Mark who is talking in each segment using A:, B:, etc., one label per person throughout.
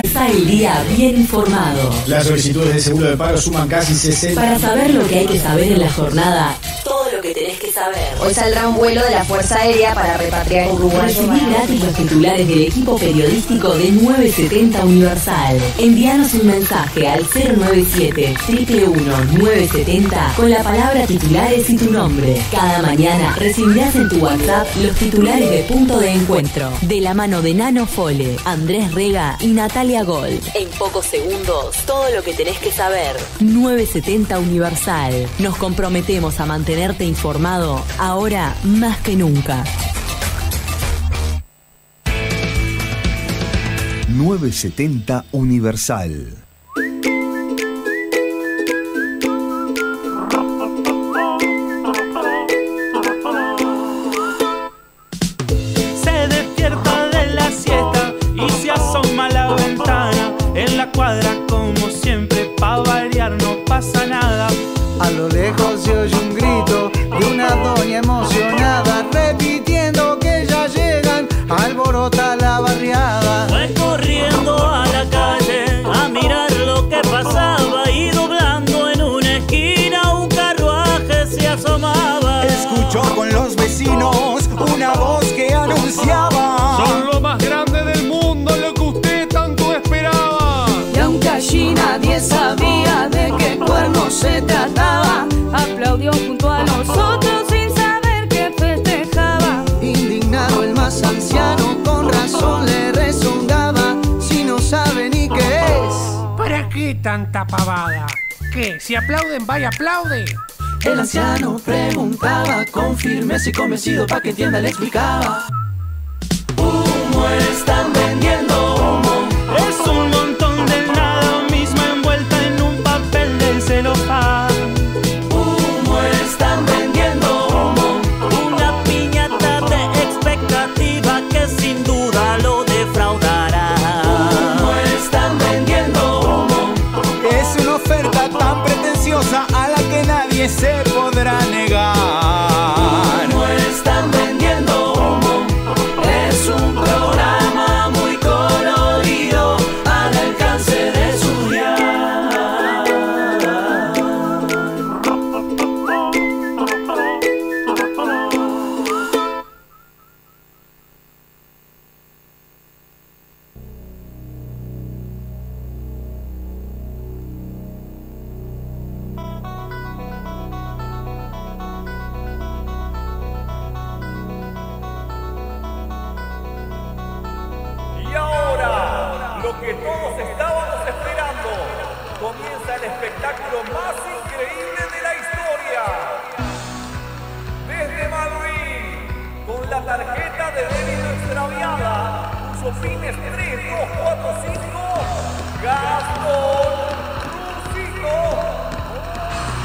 A: Está el día bien informado.
B: Las solicitudes de seguro de paro suman casi 60.
A: Para saber lo que hay que saber en la jornada, todo lo que tenés que saber.
C: Hoy saldrá un vuelo de la Fuerza Aérea para repatriar uruguayos.
A: Recibí gratis los titulares del equipo periodístico de 970 Universal. Envíanos un mensaje al 097 970 con la palabra titulares y tu nombre. Cada mañana recibirás en tu WhatsApp los titulares de punto de encuentro. De la mano de Nano Fole, Andrés Rega y Natalia Gol. En pocos segundos, todo lo que tenés que saber. 970 Universal. Nos comprometemos a mantenerte informado ahora más que nunca.
D: 970 Universal.
E: Se despierta de la siesta y se asoma a la ventana. En la cuadra, como siempre, pa' variar no pasa nada.
F: A lo lejos se oye un grito de una doña emocionada repitiendo que ya llegan, alborota la barriada.
G: Fue corriendo a la calle a mirar lo que pasaba y doblando en una esquina un carruaje se asomaba.
F: Escuchó con los vecinos una voz que anunciaba.
H: Son lo más grande del mundo, lo que usted tanto esperaba.
I: Y aunque allí nadie sabía de qué cuerno se trataba, aplaudió junto a nosotros sin saber que festejaba.
F: Indignado el más anciano, con razón le rezongaba, si no sabe ni qué es.
J: ¿Para qué tanta pavada? ¿Qué? Si aplauden, vaya, aplaude.
F: El anciano preguntaba con firmeza y convencido pa' que entienda, le explicaba. Humo están vendiendo humo.
E: Es un montón de nada mismo envuelta en un papel de celofán.
F: Humo están vendiendo humo.
G: Una piñata de expectativa que sin duda lo defraudará.
F: están vendiendo humo.
H: Es una oferta tan pretenciosa a la que nadie se podrá negar.
F: No están vendiendo humo. Es un programa muy colorido al alcance de su día.
K: Y ahora, lo que todos estábamos esperando, comienza el espectáculo más increíble de la historia. Desde Madrid, con la tarjeta de débito extraviada, Sofines 3, 2, 4, 5, Gastón Lucico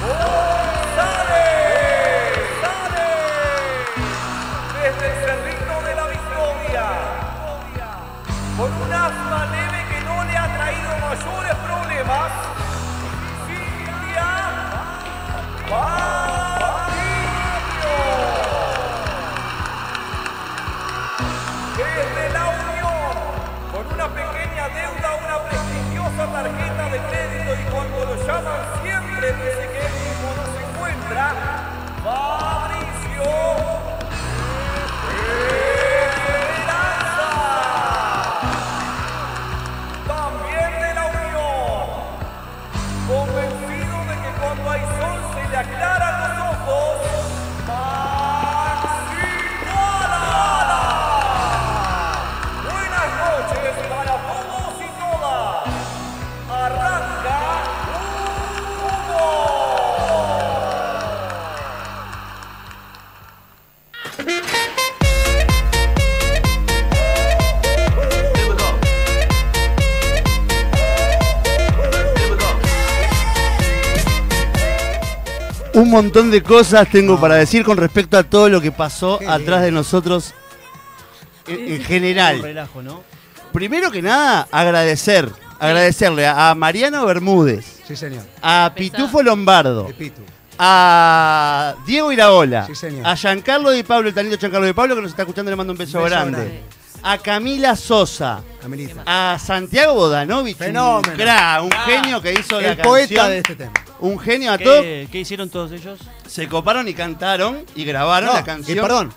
K: González. González. Desde el Cerrito de la Victoria con un asma leve que no le ha traído mayores problemas. Silvia Patiño. Desde la Unión, con una pequeña deuda a una prestigiosa tarjeta de crédito y cuando lo llaman siempre dice que él mismo no se encuentra. Fabricio Esperanza. También de la unión, convencido de que cuando hay sol se le aclaran los ojos. Maxi Guala. Buenas noches para todos y todas. Arranca Hugo.
L: Un montón de cosas tengo para decir con respecto a todo lo que pasó atrás de nosotros en, en general.
B: relajo, ¿no?
L: Primero que nada, agradecer. Agradecerle a a Mariano Bermúdez,
J: Sí, señor.
L: a Pitufo Lombardo,
J: De Pitu.
L: a Diego Iraola,
J: Sí, señor.
L: a Giancarlo Di Pablo, el tanito Giancarlo Di Pablo que nos está escuchando, le mando un beso,
J: Beso
L: grande.
J: grande.
L: a Camila Sosa. A Santiago Bodanovich.
M: Fenómeno.
L: Un, gra- un
M: Ah,
L: genio que hizo la
M: el poeta
L: canción.
M: de este tema.
L: Un genio a todos.
M: ¿Qué-
L: hicieron todos ellos? Se coparon y cantaron y grabaron
M: No,
L: la canción.
M: Y perdón.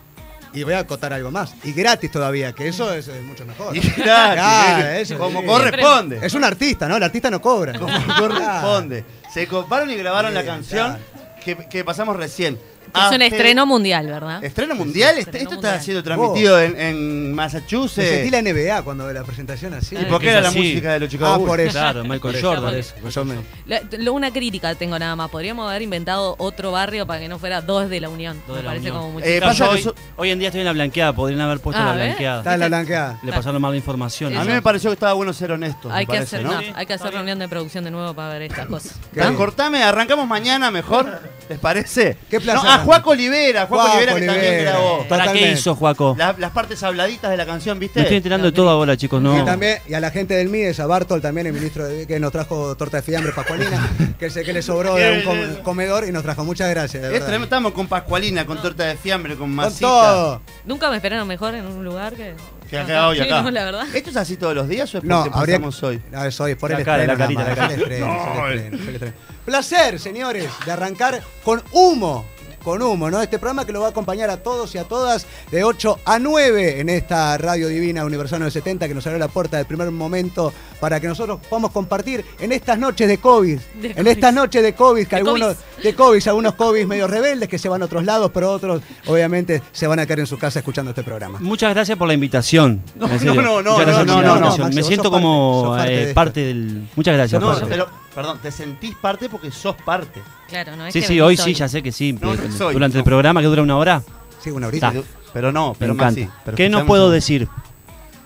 M: Y voy a acotar algo más. Y gratis todavía, que eso es, eh, mucho mejor.
L: Y gratis,
M: Claro,
L: eh,
M: eso,
L: como
M: sí.
L: corresponde.
M: Es un artista, ¿no? El artista no cobra.
L: Como corresponde. Se coparon y grabaron la
M: Bien,
L: canción que, que pasamos recién.
N: Es un
L: Hace-
N: estreno mundial, ¿verdad?
L: Estreno mundial. Este- esto está siendo transmitido en, en Massachusetts.
M: Me sentí la NBA cuando la presentación así.
L: ¿Y por qué era la música de los Chicago
M: Ah,
L: Bulls?
M: por eso.
O: Claro, Michael
M: Por eso,
O: Jordan.
M: por eso. Pues yo me-
N: La- lo- una crítica tengo nada más. Podríamos haber inventado otro barrio para que no fuera dos de la Unión.
O: Todo
N: Me
O: de la
N: parece
O: Unión.
N: como mucho.
O: Eh,
N: Claro,
O: pasa
N: yo
O: que
N: hoy-
O: so- Hoy en día estoy en la blanqueada, podrían haber puesto
N: Ah,
O: la
N: ¿ves?
O: blanqueada.
N: Está en la blanqueada.
O: Le pasaron mala información.
L: A mí me pareció que estaba bueno ser honesto.
N: Hay
L: me
N: que,
L: parece,
N: hacer,
L: ¿no?
N: no, hay que hacer reunión de producción de nuevo para ver estas cosas.
L: Tan- Cortame, arrancamos mañana mejor. ¿Les parece? ¿Qué
M: placer,
L: No, a
M: Andy.
L: Juaco Olivera, Juaco
M: Juaco
L: Olivera que también
M: Olivera.
L: grabó.
O: ¿Para qué
M: Totalmente.
O: hizo, Juaco?
L: La- las partes habladitas de la canción, ¿viste?
O: Me estoy enterando de todo ahora, chicos, no.
M: Y también, y a la gente del MIDES, a Bartol también, el ministro de- que nos trajo torta de fiambre pascualina, que sé que le sobró de un com- comedor y nos trajo. Muchas gracias. de
L: Es
M: verdad.
L: tremendo, estamos con Pascualina, con torta de fiambre, con
M: Con
L: masita.
M: todo.
N: Nunca me esperaron mejor en un lugar que.
L: Que acá hoy,
N: Sí,
L: acá.
N: no, la verdad.
L: ¿Esto es así todos los días o es porque
M: No, habría-
L: pasamos hoy?
M: No, es hoy, por
L: La
M: el
L: cara,
M: estreno
L: la carita,
M: nada
L: la
M: más, es el
L: cara.
M: estreno, es el
L: No,
M: estreno, es el estreno. Placer, señores, de arrancar con humo. Con humo, ¿no? Este programa que lo va a acompañar a todos y a todas de 8 a 9 en esta radio divina Universal 970 que nos abrió la puerta del primer momento para que nosotros podamos compartir en estas noches de COVID.
N: De
M: en estas noches de COVID, que
N: De
M: algunos de COVID, algunos COVID medio rebeldes que se van a otros lados, pero otros obviamente se van a quedar en su casa escuchando este programa.
O: Muchas gracias por la invitación.
L: No,
O: En serio,
L: no, no,
O: muchas gracias
L: no,
O: por la
L: no, no,
O: invitación.
L: no, Maxi,
O: Me
L: vos
O: siento
L: sos
O: como
L: parte- sos parte de
O: eh,
L: esto.
O: parte del. Muchas gracias.
L: No,
O: por eso.
L: pero, perdón, te sentís parte porque sos parte.
N: Claro, no es
O: Sí,
N: que
O: sí,
N: venís
O: hoy sí, ya sé que sí.
L: No, no
O: pero
L: soy,
O: durante el programa que dura una hora.
M: Sí, una
L: horita.
O: Está.
L: Pero no, pero
O: me
L: más
O: encanta.
L: sí, pero
O: ¿Qué no
L: escuchame
O: puedo
L: un-
O: decir?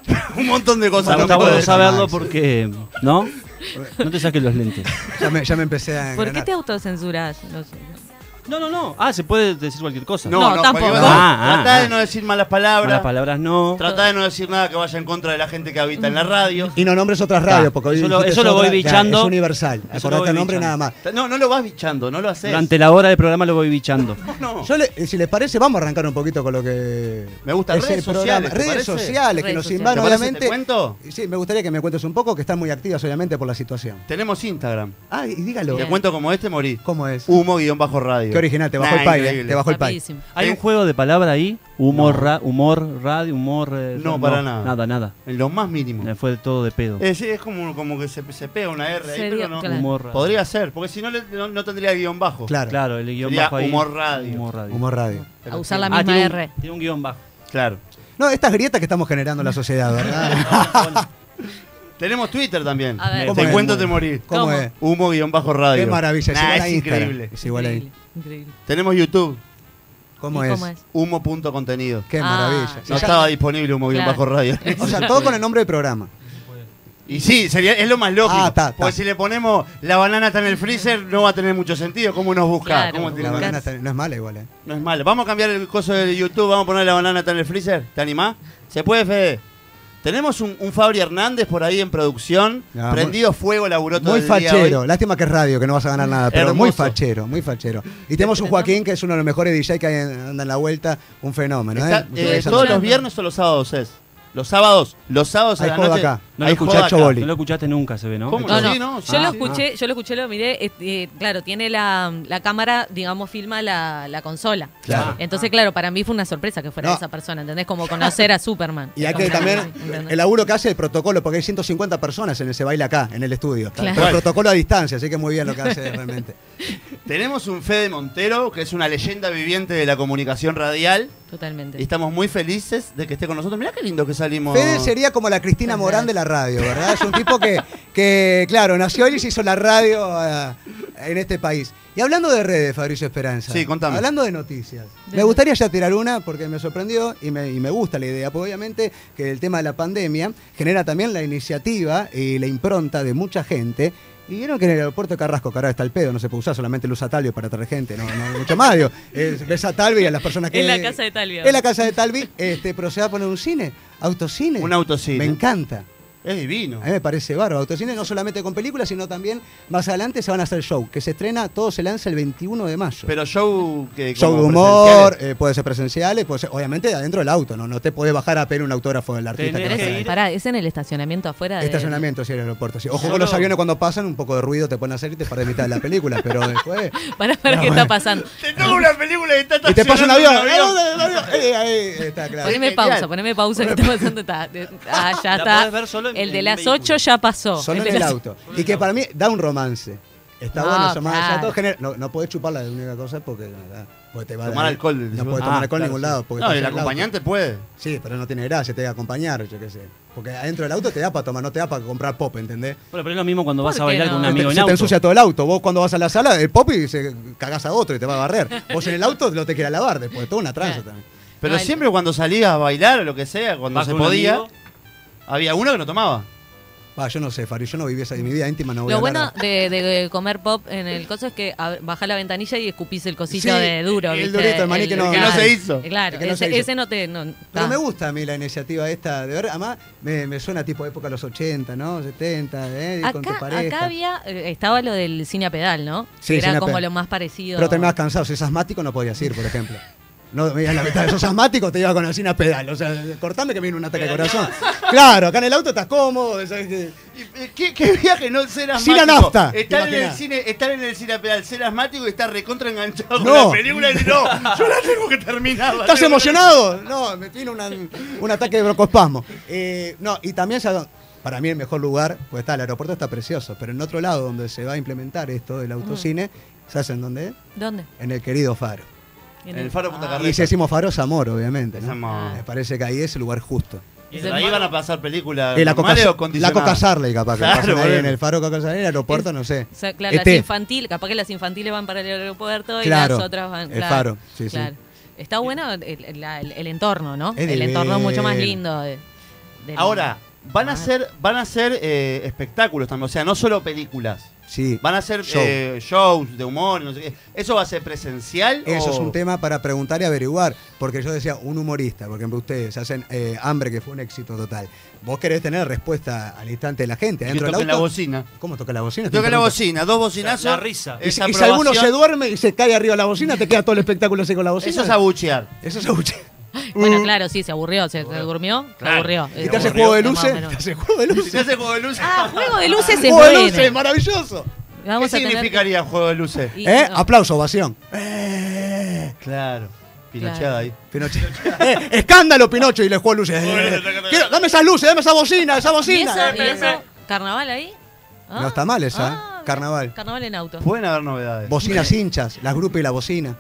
L: Un montón de cosas.
O: Bueno,
L: no
O: está
L: puedo
O: bueno
L: decir.
O: saberlo porque. ¿No? No te saques los lentes.
M: Ya me, ya me empecé a
N: ¿Por qué
M: engranar.
N: te autocensurás? No sé.
O: No, no, no. Ah, se puede decir cualquier cosa.
L: No, no,
N: tampoco.
L: porque-
O: Ah,
L: Tratá
O: ah,
L: de no decir malas palabras.
O: Malas palabras no.
L: Tratá de no decir nada que vaya en contra de la gente que habita en la radio.
M: Y no nombres otras
L: Está.
M: radios, porque hoy
L: Eso lo-
M: dijiste
O: eso lo voy
M: otra, ya,
O: bichando.
M: Es universal.
O: Eso lo
M: Acordate
O: voy
M: el nombre
O: bichando.
M: nada más.
L: No, no lo vas bichando, no lo haces.
O: Durante la hora del programa lo voy bichando.
M: Yo le- eh, si les parece, vamos a arrancar un poquito con lo que.
L: Me gusta,
M: es el
L: redes sociales, ¿te
M: Redes
L: parece?
M: sociales que
L: Redes
M: nos
L: sociales.
M: invaden,
L: ¿Te parece,
M: obviamente.
L: te cuento?
M: Sí, me gustaría que me cuentes un poco, que están muy activas, obviamente, por la situación.
L: Tenemos Instagram.
M: Ah, y dígalo.
L: Te cuento como este morí.
M: ¿Cómo es?
L: Humo guión bajo radio.
M: Qué original, te bajó
L: Nah,
M: el país,
L: increíble.
M: eh, te bajó el país.
N: Rapidísimo.
O: Hay un juego de palabras ahí. Humor, ra- humor, radio, humor. eh,
L: No, para nada.
O: Nada, nada.
L: En lo más mínimo.
O: Eh, Fue todo de pedo.
L: Es, es como, como que se, se pega una R ahí,
N: Sería-
L: pero no.
N: claro.
O: Humor radio.
L: Podría ser, porque si no, le- no, no tendría guión bajo.
M: Claro.
O: Claro, el guión
L: Sería
O: bajo ahí.
L: humor radio.
O: Humor radio.
M: Humor radio.
N: A usar la
O: Ah,
N: misma
O: tiene un-
N: R.
O: Tiene un guión bajo.
L: Claro.
M: No, estas grietas que estamos generando en la sociedad, ¿verdad?
L: Tenemos Twitter también.
N: A ver.
M: ¿Cómo
L: Te
M: es?
L: cuento te morir.
M: ¿Cómo ¿Cómo? es?
L: Humo guión bajo radio.
M: Qué maravilla, es
L: Nah,
M: igual a
L: es
M: Instagram.
L: increíble.
M: Es igual ahí.
N: Increíble.
L: Tenemos YouTube.
M: ¿Cómo
N: ¿Y
M: es?
N: cómo es?
L: Humo.contenido.
M: Qué
N: Ah,
M: maravilla.
L: No
M: Ya-
L: estaba disponible humo guión
N: Claro.
L: bajo radio.
M: O sea, todo con el nombre del programa.
L: Y sí, sería, es lo más lógico.
M: Ah, está, está.
L: Porque si le ponemos la banana está en el freezer, no va a tener mucho sentido. ¿Cómo nos busca?
N: Claro,
L: ¿Cómo te-
M: La
N: Claro.
M: banana está- no es mala igual, ¿eh?
L: No es malo. Vamos a cambiar el coso de YouTube, vamos a poner la banana está en el freezer. ¿Te animás? ¿Se puede, Fede? Tenemos un, un Fabri Hernández por ahí en producción.
M: Ah, muy-
L: prendido fuego, laburó todo
M: Muy
L: el día hoy.
M: fachero, lástima que es radio, que no vas a ganar nada, pero
L: Hermoso.
M: muy fachero, muy fachero. Y tenemos un Joaquín que es uno de los mejores DJ que hay en- anda en la vuelta, un fenómeno.
L: Está,
M: ¿eh?
L: eh,
M: Muchas
L: todos
M: gracias.
L: los viernes o los sábados es. Los sábados, los sábados a
M: Hay
L: la
M: joda
L: noche.
M: acá.
O: No lo,
L: hay joda
O: escuchaste,
L: acá.
O: no lo escuchaste nunca, se ve, ¿no?
L: ¿Cómo
N: No, no.
L: Sí, no, sí,
N: yo
M: Ah,
N: lo
L: sí.
N: escuché, yo lo escuché, lo miré. eh, eh, claro, tiene la, la cámara, digamos, filma la, la consola.
M: Claro.
N: Entonces, claro, para mí fue una sorpresa que fuera
M: No.
N: esa persona, ¿entendés? Como conocer a Superman.
M: Y hay que también
N: ¿Entendés?
M: el laburo que hace el protocolo, porque hay 150 personas en ese baile acá, en el estudio.
N: Claro.
M: Pero el
L: Bueno.
M: protocolo a distancia, así que muy bien lo que hace realmente.
L: Tenemos un Fede Montero, que es una leyenda viviente de la comunicación radial. Y
N: Totalmente.
L: estamos muy felices de que esté con nosotros. Mirá qué lindo que salimos.
M: Fede sería como la Cristina Morán de la radio, ¿verdad? Es un tipo que, que, claro, nació y se hizo la radio ah, en este país. Y hablando de redes, Fabricio Esperanza.
L: Sí, contame.
M: Hablando de noticias.
N: De-
M: Me gustaría ya tirar una porque me sorprendió y me, y me gusta la idea. Porque obviamente que el tema de la pandemia genera también la iniciativa y la impronta de mucha gente. Y vieron que en el aeropuerto de Carrasco, que ahora está el pedo, no se puede usar, solamente lo usa Talvio para traer gente, no, no mucho más. digo. Es- ves a Talvio y a las personas que...
N: Es la casa de Talvio.
M: Es la casa de Talvi, este, pero se va a poner un cine, autocine.
L: Un autocine.
M: Me encanta.
L: Es divino.
M: A mí me parece bárbaro. Autocine no solamente con películas, sino también más adelante se van a hacer show, que se estrena, todo se lanza el 21 de mayo.
L: Pero show que.
M: Show
L: como
M: de humor,
L: presenciales.
M: eh, puede ser presenciales, puede ser- obviamente adentro del auto, ¿no? No te podés bajar a pedir un autógrafo del artista que vas a ver.
N: Pará, es en el estacionamiento afuera de.
M: Estacionamiento, sí, el aeropuerto. sí. Ojo
N: Solo-
M: con los aviones cuando pasan, un poco de ruido te ponen a hacer y te perdés mitad de la película, pero después.
N: Para ver
M: No,
N: qué
M: bueno.
N: está pasando.
L: Tengo una película que está
M: Y te pasa un avión.
L: estacionando un
M: Eh, eh, eh, está claro.
N: Poneme
M: Genial.
N: pausa, poneme pausa que está pasando. está- de- ah, ya
M: La
N: está.
M: podés ver solo en-
N: el de
M: en
N: las
M: vehículo.
N: 8 ya pasó.
M: Solo
N: de
M: en el
N: las-
M: auto. Y que para mí da un romance. Está
N: No,
M: bueno, eso más allá de
N: claro.
M: todo genera- no, no podés chuparla de única cosa porque, ah, porque te va a
L: Tomar
M: dar-
L: alcohol, decís
M: No
L: vos.
M: podés tomar
L: Ah,
M: alcohol en
L: claro,
M: ningún
L: sí.
M: lado. porque
L: No,
M: estás
L: el
M: en auto.
L: acompañante puede.
M: Sí, pero no tiene gracia, te va a acompañar, yo qué sé. Porque adentro del auto te da para tomar, no te da para comprar pop, ¿entendés?
O: Bueno, pero es lo mismo cuando
M: ¿Por
O: vas a
M: qué
O: bailar
M: no?
O: con un
M: Se te-
O: amigo en
M: se te
O: auto.
M: ensucia todo el auto. Vos cuando vas a la sala, el pop y se cagás a otro y te va a barrer. Vos en el auto lo te quieras lavar después, toda una tranza también.
L: Pero siempre cuando salías a bailar o lo que sea, cuando
M: Vas
L: se
M: con un
L: podía,
M: amigo.
L: había uno que no tomaba.
M: Va, yo no sé, Fari, yo no viví esa mi vida íntima, no voy a
N: Lo
M: hablar
N: bueno de, de comer pop en el coso es que a- bajás la ventanilla y escupís el cosito
M: Sí,
N: de duro.
M: el
N: ¿viste?
M: durito, el maní que no- que no se hizo.
N: Claro,
M: El que no
N: ese,
M: se hizo.
N: ese no te. No,
M: Pero
N: ta.
M: me gusta a mí la iniciativa esta, de verdad, además me, me suena tipo época de los 80, ¿no? 70, ¿eh? Ir con tu
N: acá,
M: pareja.
N: acá había. eh, Estaba lo del cine a pedal, ¿no?
M: Sí,
N: Que Era
M: cine a
N: como
M: pedal.
N: lo más parecido.
M: Pero terminabas cansado, si es asmático no podías ir, por ejemplo. No, mirá la ventana, sos asmático, te iba con el cine a pedal. O sea, cortame que me viene un ataque de corazón. Claro, acá en el auto estás cómodo. ¿sabes qué?
L: Eh, ¿Qué, qué viaje no ser
M: Sin
L: asmático?
M: la nafta,
L: Estar en, el
M: imaginás.
L: cine, estar en el cine a pedal, ser asmático y estar recontra enganchado
M: No.
L: con la película y decir, no, yo la tengo que terminar. la
M: ¿Estás
L: tengo que
M: emocionado? No, me tiene una- un ataque de broncoespasmo. Eh, no, y también ya- para mí el mejor lugar, pues está, el aeropuerto está precioso, pero en otro lado donde se va a implementar esto del autocine,
N: Mm.
M: ¿sabes en dónde? es?
N: ¿Dónde?
M: En el querido Faro.
L: En el Faro Punta
M: Ah, Y si
L: Carretas.
M: decimos Faro es amor, obviamente. ¿no?
L: Es amor.
M: Me parece que ahí es el lugar justo.
L: Ahí van a pasar películas
M: Eh, la Coca,
L: normales o
M: la
L: condicionadas.
M: Coca Sarley, capaz que
L: Claro,
M: pasan ahí
L: boludo.
M: en el Faro Coca Sarley, en el aeropuerto, no sé.
N: O sea, claro, las
M: Este,
N: infantiles, capaz que las infantiles van para el aeropuerto y
M: Claro,
N: las otras van.
M: el
N: claro,
M: faro, sí, sí.
N: claro. Está bueno el, el- la- el- el entorno, ¿no?
L: Es
N: El entorno es mucho más
L: divino.
N: lindo. de- Ah. del-
L: Ahora, van
M: Ah.
L: a ser, van a ser eh, espectáculos también, o sea, no solo películas.
M: Sí.
L: Van a ser
M: Show.
L: eh, shows de humor, no sé qué. ¿Eso va a ser presencial?
M: Eso
L: o-
M: es un tema para preguntar y averiguar. Porque yo decía, un humorista, por ejemplo, ustedes hacen eh, Hambre, que fue un éxito total. Vos querés tener respuesta al instante de la gente.
L: Que
M: Adentro del
L: toquen la
M: auto.
L: bocina.
M: ¿Cómo toca la bocina?
L: Toca
M: Te
L: la
M: interrumpo.
L: bocina, dos bocinazos.
M: La- la
L: risa.
M: Y si, y si alguno se duerme y se cae arriba de la bocina, te queda todo el espectáculo así con la bocina.
L: Eso es abuchear.
M: Eso es abuchear.
N: Bueno, claro, sí, se aburrió, se, se durmió, se
L: Claro.
N: aburrió.
M: Y te hace juego de luces. Te hace juego de luces.
L: Si hace juego de luces.
N: Ah, juego de luces es
M: Juego de
N: bueno.
M: luces, maravilloso.
N: Vamos
L: ¿Qué
N: a tener
L: significaría juego de luces?
N: Y-
M: ¿Eh?
N: no.
M: Aplauso, ovación.
L: Claro. Pinocheada
M: Claro.
L: ahí.
M: Pinoche- Eh, escándalo, Pinocho, y le juego luces. Eh, quiero- dame esas luces, dame esa bocina, esa
N: ¿Y
M: bocina.
N: eso, y eso? ¿Carnaval ahí? Ah.
M: No está mal esa, ¿eh? Carnaval.
N: Carnaval en auto.
L: Pueden haber novedades.
M: Eh, Bocinas hinchas, las grupas y la bocina.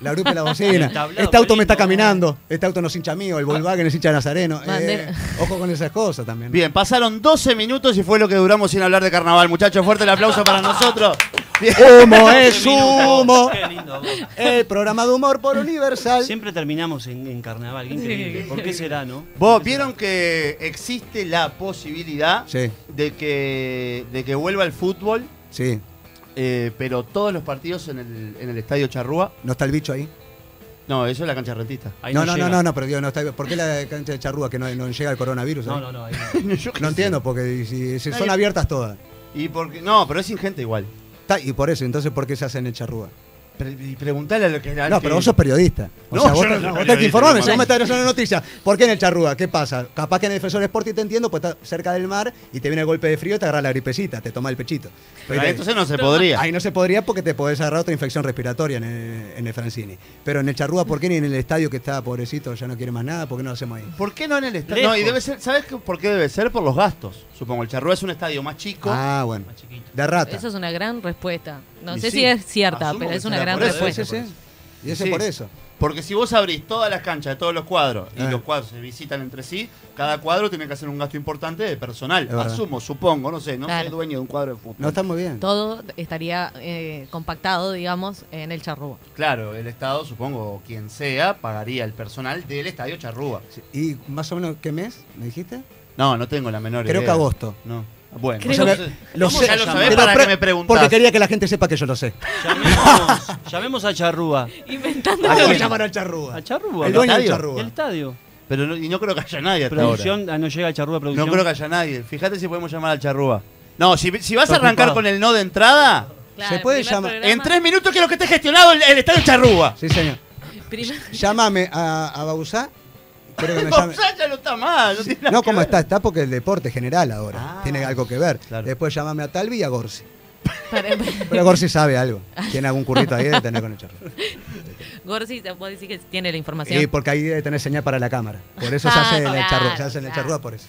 M: La grupa y la bocina.
L: El tablado,
M: Este auto
L: qué
M: me está
L: lindo.
M: caminando. Este auto no es hincha mío. El Volkswagen es hincha de Nazareno. Eh,
N: Bandera.
M: ojo con esas cosas también.
L: Bien, pasaron 12 minutos y fue lo que duramos sin hablar de carnaval. Muchachos, fuerte el aplauso para nosotros. Bien.
M: Humo es humo. El programa de humor por Universal.
O: Siempre terminamos en, en carnaval, qué increíble. ¿Por qué será, no?
L: Vos vieron que existe la posibilidad
M: Sí.
L: de, que, de que vuelva el fútbol,
M: Sí.
L: eh, pero todos los partidos en el, en el Estadio Charrúa.
M: ¿No está el bicho ahí?
L: No, eso es la cancha rentista.
M: No, no, no, no, no, pero Dios, no está. ¿Por qué la cancha de charrúa que no, no llega el coronavirus?
O: No,
M: eh?
O: no, no. ahí
M: No entiendo, porque si- si son
L: Nadie-
M: abiertas todas.
L: Y porque, no, pero es ingente igual.
M: Está- y por eso, entonces, ¿por qué se hacen en charrúa?
L: Pre- y preguntale a lo que era.
M: No, pero vos sos periodista. O
L: Ah, No,
M: sea,
L: yo
M: vos,
L: no
M: te-
L: soy
M: vos tenés
L: periodista,
M: que informarme, si
L: hermano.
M: no me estás dando la noticia. ¿Por qué en el charrúa? ¿Qué pasa? Capaz que en el defensor Sporting te entiendo, pues estás cerca del mar y te viene el golpe de frío, te agarra la gripecita, te toma el pechito.
L: Pero
M: ahí-
L: entonces no se podría.
M: Ahí no se podría porque te podés agarrar otra infección respiratoria en el, en el Francini. Pero en el charrúa, ¿por qué ni en el estadio que está pobrecito ya no quiere más nada? ¿Por qué no lo hacemos ahí?
L: ¿Por qué no en el estadio?
M: Lejos.
L: No, y debe ser, ¿sabes qué- por qué debe ser? Por los gastos. Supongo, el Charrúa es un estadio más chico.
M: Ah, bueno. De rata.
N: Eso es una gran respuesta. No
L: Y
N: sé
L: sí,
N: si es cierta,
L: asumo
N: pero
L: que
N: es una
L: será
N: gran
L: por eso.
N: respuesta.
L: Sí, sí, sí.
M: Y eso por eso.
L: Porque si vos abrís todas las canchas de todos los cuadros y
M: Eh.
L: los cuadros se visitan entre sí, cada cuadro tiene que hacer un gasto importante de personal.
M: Es verdad.
L: Asumo, supongo, no sé, no
N: Claro.
L: soy dueño de un cuadro de fútbol.
M: No, está muy bien.
N: Todo estaría eh, compactado, digamos, en el charrúa.
L: Claro, el Estado, supongo, o quien sea, pagaría el personal del Estadio Charrúa.
M: ¿Y más o menos qué mes me dijiste?
L: No, no tengo la menor
M: Creo
L: idea.
M: que agosto.
L: No. Bueno,
M: O sea, me-
L: entonces,
M: lo
L: ¿cómo
M: sé-
L: ya lo sabés
M: pero
L: para
M: pre-
L: que me preguntás.
M: Porque quería que la gente sepa que yo lo sé.
O: Llamemos, llamemos a Charrúa.
N: Inventando.
M: ¿Cómo lo llaman al charrúa?
O: A Charrúa.
M: El dueño del
O: estadio.
M: charrúa.
O: El estadio.
L: Pero no- y no creo que haya nadie hasta ahora.
O: Producción, ah, no llega el charrúa producción.
L: No creo que haya nadie. Fíjate si podemos llamar al charrúa. No, si, si vas a
O: Está
L: arrancar
O: ocupado.
L: con el no de entrada,
M: ¿Se puede llamar?
L: en tres minutos quiero que esté gestionado el, el estadio charrúa.
M: Sí, señor. Llámame a, a Bausá. Creo que me llame-
L: Gonzalo ya no está mal. No, tiene nada
M: No,
L: que
M: como
L: ver.
M: está, está porque el deporte general ahora. tiene algo que ver. Después llámame a Talvi y a Gorsi. Pero Gorsi sabe algo. Tiene algún currito ahí de tener con el charro.
N: Gorsi, te puedo decir que tiene la información.
M: Y porque ahí debe tener señal para la cámara. Por eso se
N: Ah,
M: hace la
N: claro,
M: charrúa. Se hace la
N: claro.
M: charrúa por eso.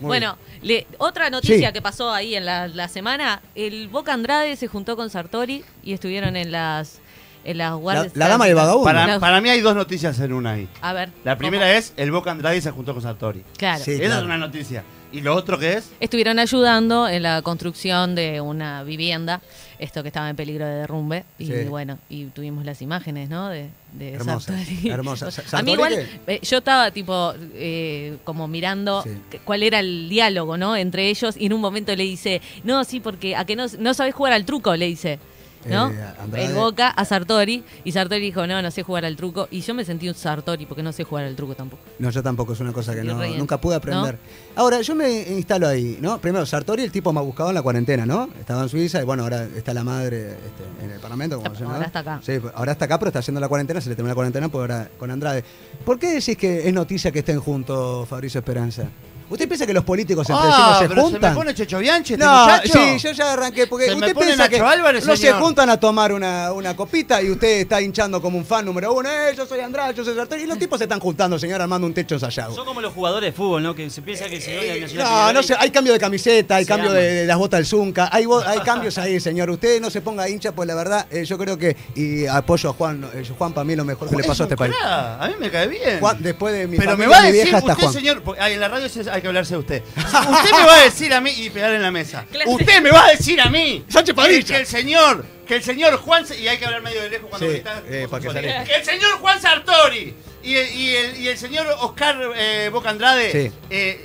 M: Muy
N: bueno, le- otra noticia
M: Sí.
N: que pasó ahí en la, la semana, el Boca Andrade se juntó con Sartori y estuvieron en las en las guardias.
L: Para,
N: La-
L: para mí hay dos noticias en una ahí.
N: a ver.
L: La primera es el Boca Andrade se juntó con Sartori.
N: Claro. Sí,
L: Esa
N: claro.
L: es una noticia. ¿Y lo otro qué es?
N: Estuvieron ayudando en la construcción de una vivienda, esto que estaba en peligro de derrumbe. Y
M: Sí.
N: bueno, y tuvimos las imágenes, ¿no? De, de
M: Hermosa,
N: Sartori.
M: hermosa. Sa-
N: A mí
M: Sartori
N: igual,
M: que-
N: eh, yo estaba tipo eh, como mirando cu- cuál era el diálogo, ¿no? Entre ellos y en un momento le dice, no, sí, porque a que no, no sabes jugar al truco, le dice. ¿No?
M: Eh, Andrade.
N: el Boca a Sartori y Sartori dijo, no, no sé jugar al truco. Y yo me sentí un Sartori porque no sé jugar al truco tampoco.
M: bien. No, yo tampoco, es una cosa que
N: Estoy
M: no-
N: reyendo.
M: nunca pude aprender. Ahora, yo me instalo ahí, ¿no? Primero, Sartori, el tipo más buscado en la cuarentena, ¿no? Estaba en Suiza y bueno, ahora está la madre este, en el Parlamento. Como se llama.
N: Ahora está acá.
M: Sí, pues, ahora está acá, pero está haciendo la cuarentena, se le termina la cuarentena por ahora con Andrade. ¿Por qué decís que es noticia que estén juntos Fabricio Esperanza? ¿Usted piensa que los políticos entre sí
L: Ah,
M: no se
L: pero
M: juntan?
L: se me pone Checho Bianchi este
M: No,
L: muchacho.
M: sí, yo ya arranqué porque
L: Se me
M: usted
L: pone
M: piensa
L: Nacho
M: que
L: Álvarez,
M: no se
L: señor.
M: juntan a tomar una, una copita y usted está hinchando como un fan número uno. Eh, yo soy Andrade, yo soy Sartori. Y los tipos se están juntando, señor, armando un techo ensayado.
O: Son como los jugadores de fútbol, ¿no? Que se piensa
M: Eh,
O: que se doy al Nacional
M: No, no
O: Peñarol.
M: sé, hay cambio de camiseta, hay
O: Se
M: cambio de,
O: aman.
M: de las botas del Zunca, hay, bo- hay cambios ahí, señor. Usted no se ponga hincha, pues la verdad, eh, yo creo que, y apoyo a Juan, eh, Juan para mí lo mejor que le
L: Es
M: pasó a
L: un
M: este país.
L: crack, A mí me cae bien.
M: Juan, después de mi
L: Pero me
M: familia,
L: va a
M: mi
L: decir
M: vieja, está
L: usted,
M: Juan.
L: señor, porque, ay, en la radio se- hay que hablarse de usted. Si Usted me va a decir a mí y pegar en la mesa.
O: Claro.
L: Usted me va a decir a mí.
M: Sánchez Padilla.
L: Que el señor, que el señor Juan se- y hay que hablar medio de lejos cuando
M: Sí,
L: gritas.
M: eh, para que salga.
L: Que el señor Juan Sartori y el, y el- y el señor Oscar eh, Boca Andrade
M: Sí.
L: eh,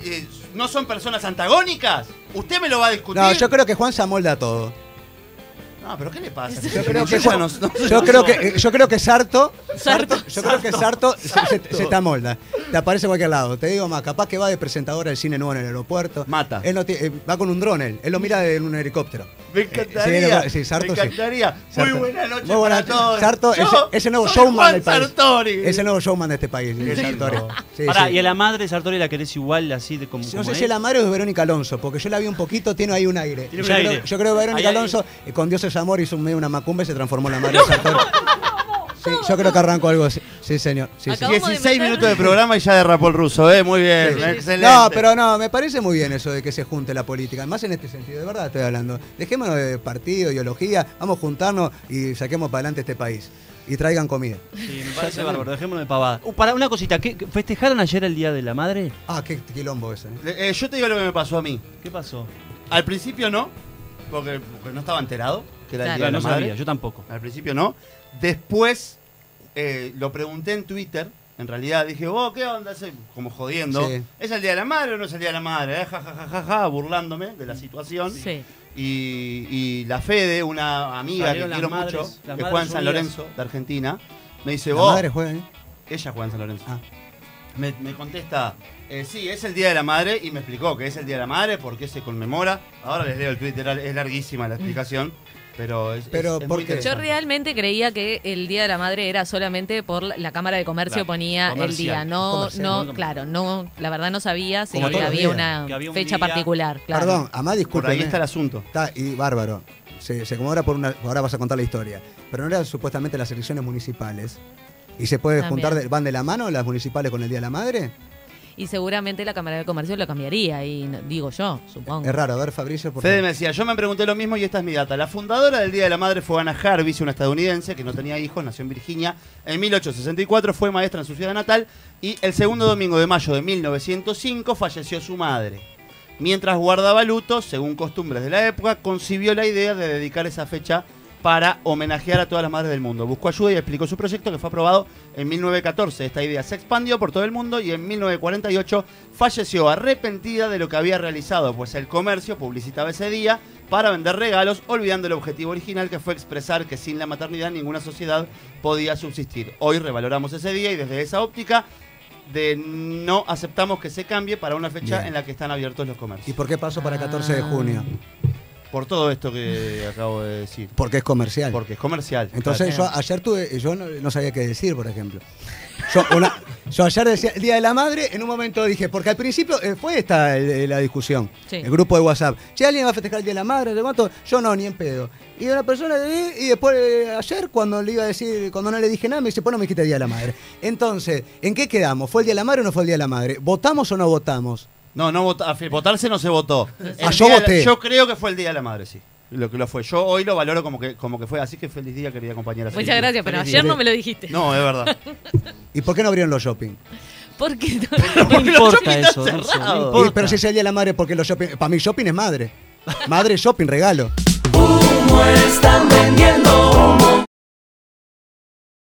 L: eh, no son personas antagónicas. Usted me lo va a discutir.
M: No, yo creo que Juan se amolda a todo.
L: No, pero ¿qué le pasa?
M: Yo creo que,
L: ya
M: Juan-
L: no- no-
M: yo creo que, yo creo que Sarto,
N: Sarto.
M: yo creo que Sarto se, se- se te amolda. Te aparece a cualquier lado. Te digo más, capaz que va de presentadora del cine nuevo en el aeropuerto. Mata. Él no ti- eh, va con un dron, él. Él lo mira de un helicóptero.
L: Me
M: Sí,
L: encantaría.
M: lo- sí, Sarto,
L: me
M: sí.
L: encantaría.
M: Sarto.
L: Muy buena noche
M: Muy buena
L: para todos.
M: Sarto,
L: Yo
M: ese, ese nuevo
L: soy
M: showman
L: Juan
M: del país.
L: Sartori.
M: Ese nuevo showman de este país. el Sartori. Sí,
O: Pará,
M: sí.
O: y a la madre de Sartori la querés igual, así de como.
M: No
O: como
M: sé si
O: es?
M: la madre o es Verónica Alonso, porque yo la vi un poquito, tiene ahí un aire.
O: Tiene
M: yo,
O: un
M: creo,
O: aire.
M: yo creo que Verónica
O: Ahí hay-
M: Alonso, eh, con Dios es amor, hizo un medio una macumba y se transformó en la madre de Sartori. Sí, yo creo que arrancó algo así. Sí, señor. Sí, sí.
L: 16 minutos de programa y ya derrapó el ruso, ¿eh? Muy bien, excelente.
M: No, pero no, me parece muy bien eso de que se junte la política. Más en este sentido, de verdad estoy hablando. Dejémonos de partido, ideología, vamos a juntarnos y saquemos para adelante este país. Y traigan comida.
O: Sí, me parece bárbaro, dejémonos de pavada. Uh, pará, una cosita, ¿qué, qué- ¿festejaron ayer el Día de la Madre?
M: Ah, qué quilombo ese. ¿eh?
L: Eh, eh, yo te digo lo que me pasó a mí.
O: ¿Qué pasó?
L: Al principio no, porque, porque no estaba enterado que era el
O: Claro.
L: Día de la
O: No
L: Madre.
O: sabía, yo tampoco.
L: Al principio no. Después eh, lo pregunté en Twitter. En realidad dije, oh, ¿qué onda? Así, Como jodiendo.
M: Sí.
L: ¿Es el Día de la Madre o no es el Día de la Madre? Eh, Ja, ja, ja, ja, ja, burlándome de la situación. Y, y la Fede, una amiga que
O: Salieron las
L: quiero
O: madres,
L: mucho,
O: las
L: que
O: madres
L: juega en San
O: unidas.
L: Lorenzo, de Argentina, me dice,
M: La
L: vos...
M: madre Ah. juega, ¿eh?
L: Ella juega en San Lorenzo. Me, me contesta, eh, sí, es el Día de la Madre y me explicó que es el Día de la Madre, porque se conmemora. Ahora les leo el Twitter, es larguísima la explicación, pero es,
M: Pero,
L: es- es
M: ¿por
L: muy
M: qué?
N: Yo
L: interesante.
N: realmente creía que el Día de la Madre era solamente por la, la Cámara de Comercio
L: Claro,
N: ponía el
L: comercial,
N: día. No,
L: comercial, muy
N: no,
L: comercial.
N: claro, no, la verdad no sabía si
M: Como todos
N: había,
M: los días.
N: una
M: Que había un
N: fecha
M: día-
N: particular. Claro.
M: Perdón, amá, disculpe.
L: Por ahí está el asunto.
M: Está, y bárbaro. Se, se conmemora por una. Ahora vas a contar la historia. Pero no eran supuestamente las elecciones municipales. ¿Y se puede
N: También.
M: juntar? de- ¿Van de la mano las municipales con el Día de la Madre?
N: Y seguramente la Cámara de Comercio lo cambiaría, y no- digo yo, supongo.
M: Es raro. A ver, Fabricio, por
L: Fede
M: favor.
L: me decía, yo me pregunté lo mismo y esta es mi data. La fundadora del Día de la Madre fue Anna Jarvis, una estadounidense que no tenía hijos, nació en Virginia en 1864, fue maestra en su ciudad natal y el segundo domingo de mayo de 1905 falleció su madre. Mientras guardaba luto, según costumbres de la época, concibió la idea de dedicar esa fecha para homenajear a todas las madres del mundo. Buscó ayuda y explicó su proyecto que fue aprobado en 1914. Esta idea se expandió por todo el mundo y en 1948 falleció arrepentida de lo que había realizado, pues el comercio publicitaba ese día para vender regalos, olvidando el objetivo original que fue expresar que sin la maternidad ninguna sociedad podía subsistir. Hoy revaloramos ese día y desde esa óptica de no aceptamos que se cambie para una fecha
M: Bien.
L: en la que están abiertos los comercios.
M: ¿Y por qué pasó para 14
N: Ah.
M: de junio?
L: Por todo esto que acabo de decir.
M: Porque es comercial.
L: Porque es comercial.
M: Entonces
L: Claro.
M: yo ayer tuve, yo no, no sabía qué decir, por ejemplo. Yo, una- yo ayer decía el Día de la Madre, en un momento dije, porque al principio eh, fue esta eh, la discusión,
P: Sí.
M: el grupo de WhatsApp. Che, ¿alguien va a festejar el Día de la Madre? ¿De cuánto? Yo no, ni en pedo. Y una persona, eh, y después eh, ayer cuando le iba a decir, cuando no le dije nada, me dice, pues no me dijiste Día de la Madre. Entonces, ¿en qué quedamos? ¿Fue el Día de la Madre o no fue el Día de la Madre? ¿Votamos o no votamos?
L: No, no vota- afi- votarse no se votó. El
M: Ah, yo
L: día de la-
M: voté.
L: yo creo que fue el Día de la Madre, sí. Lo que lo fue. Yo hoy lo valoro como que, como que fue. Así que feliz día, querida compañera.
N: Muchas
L: Silvia.
N: gracias, pero
L: Feliz
N: ayer
L: día.
N: no me lo dijiste.
L: No, es verdad.
M: ¿Y por qué no abrieron los shopping?
N: Porque no,
M: importa
N: eso,
L: cerrados.
M: Y, pero si es el Día de la Madre, porque los shopping, para mí shopping es madre. Madre, shopping, regalo.
F: Humo están vendiendo humo.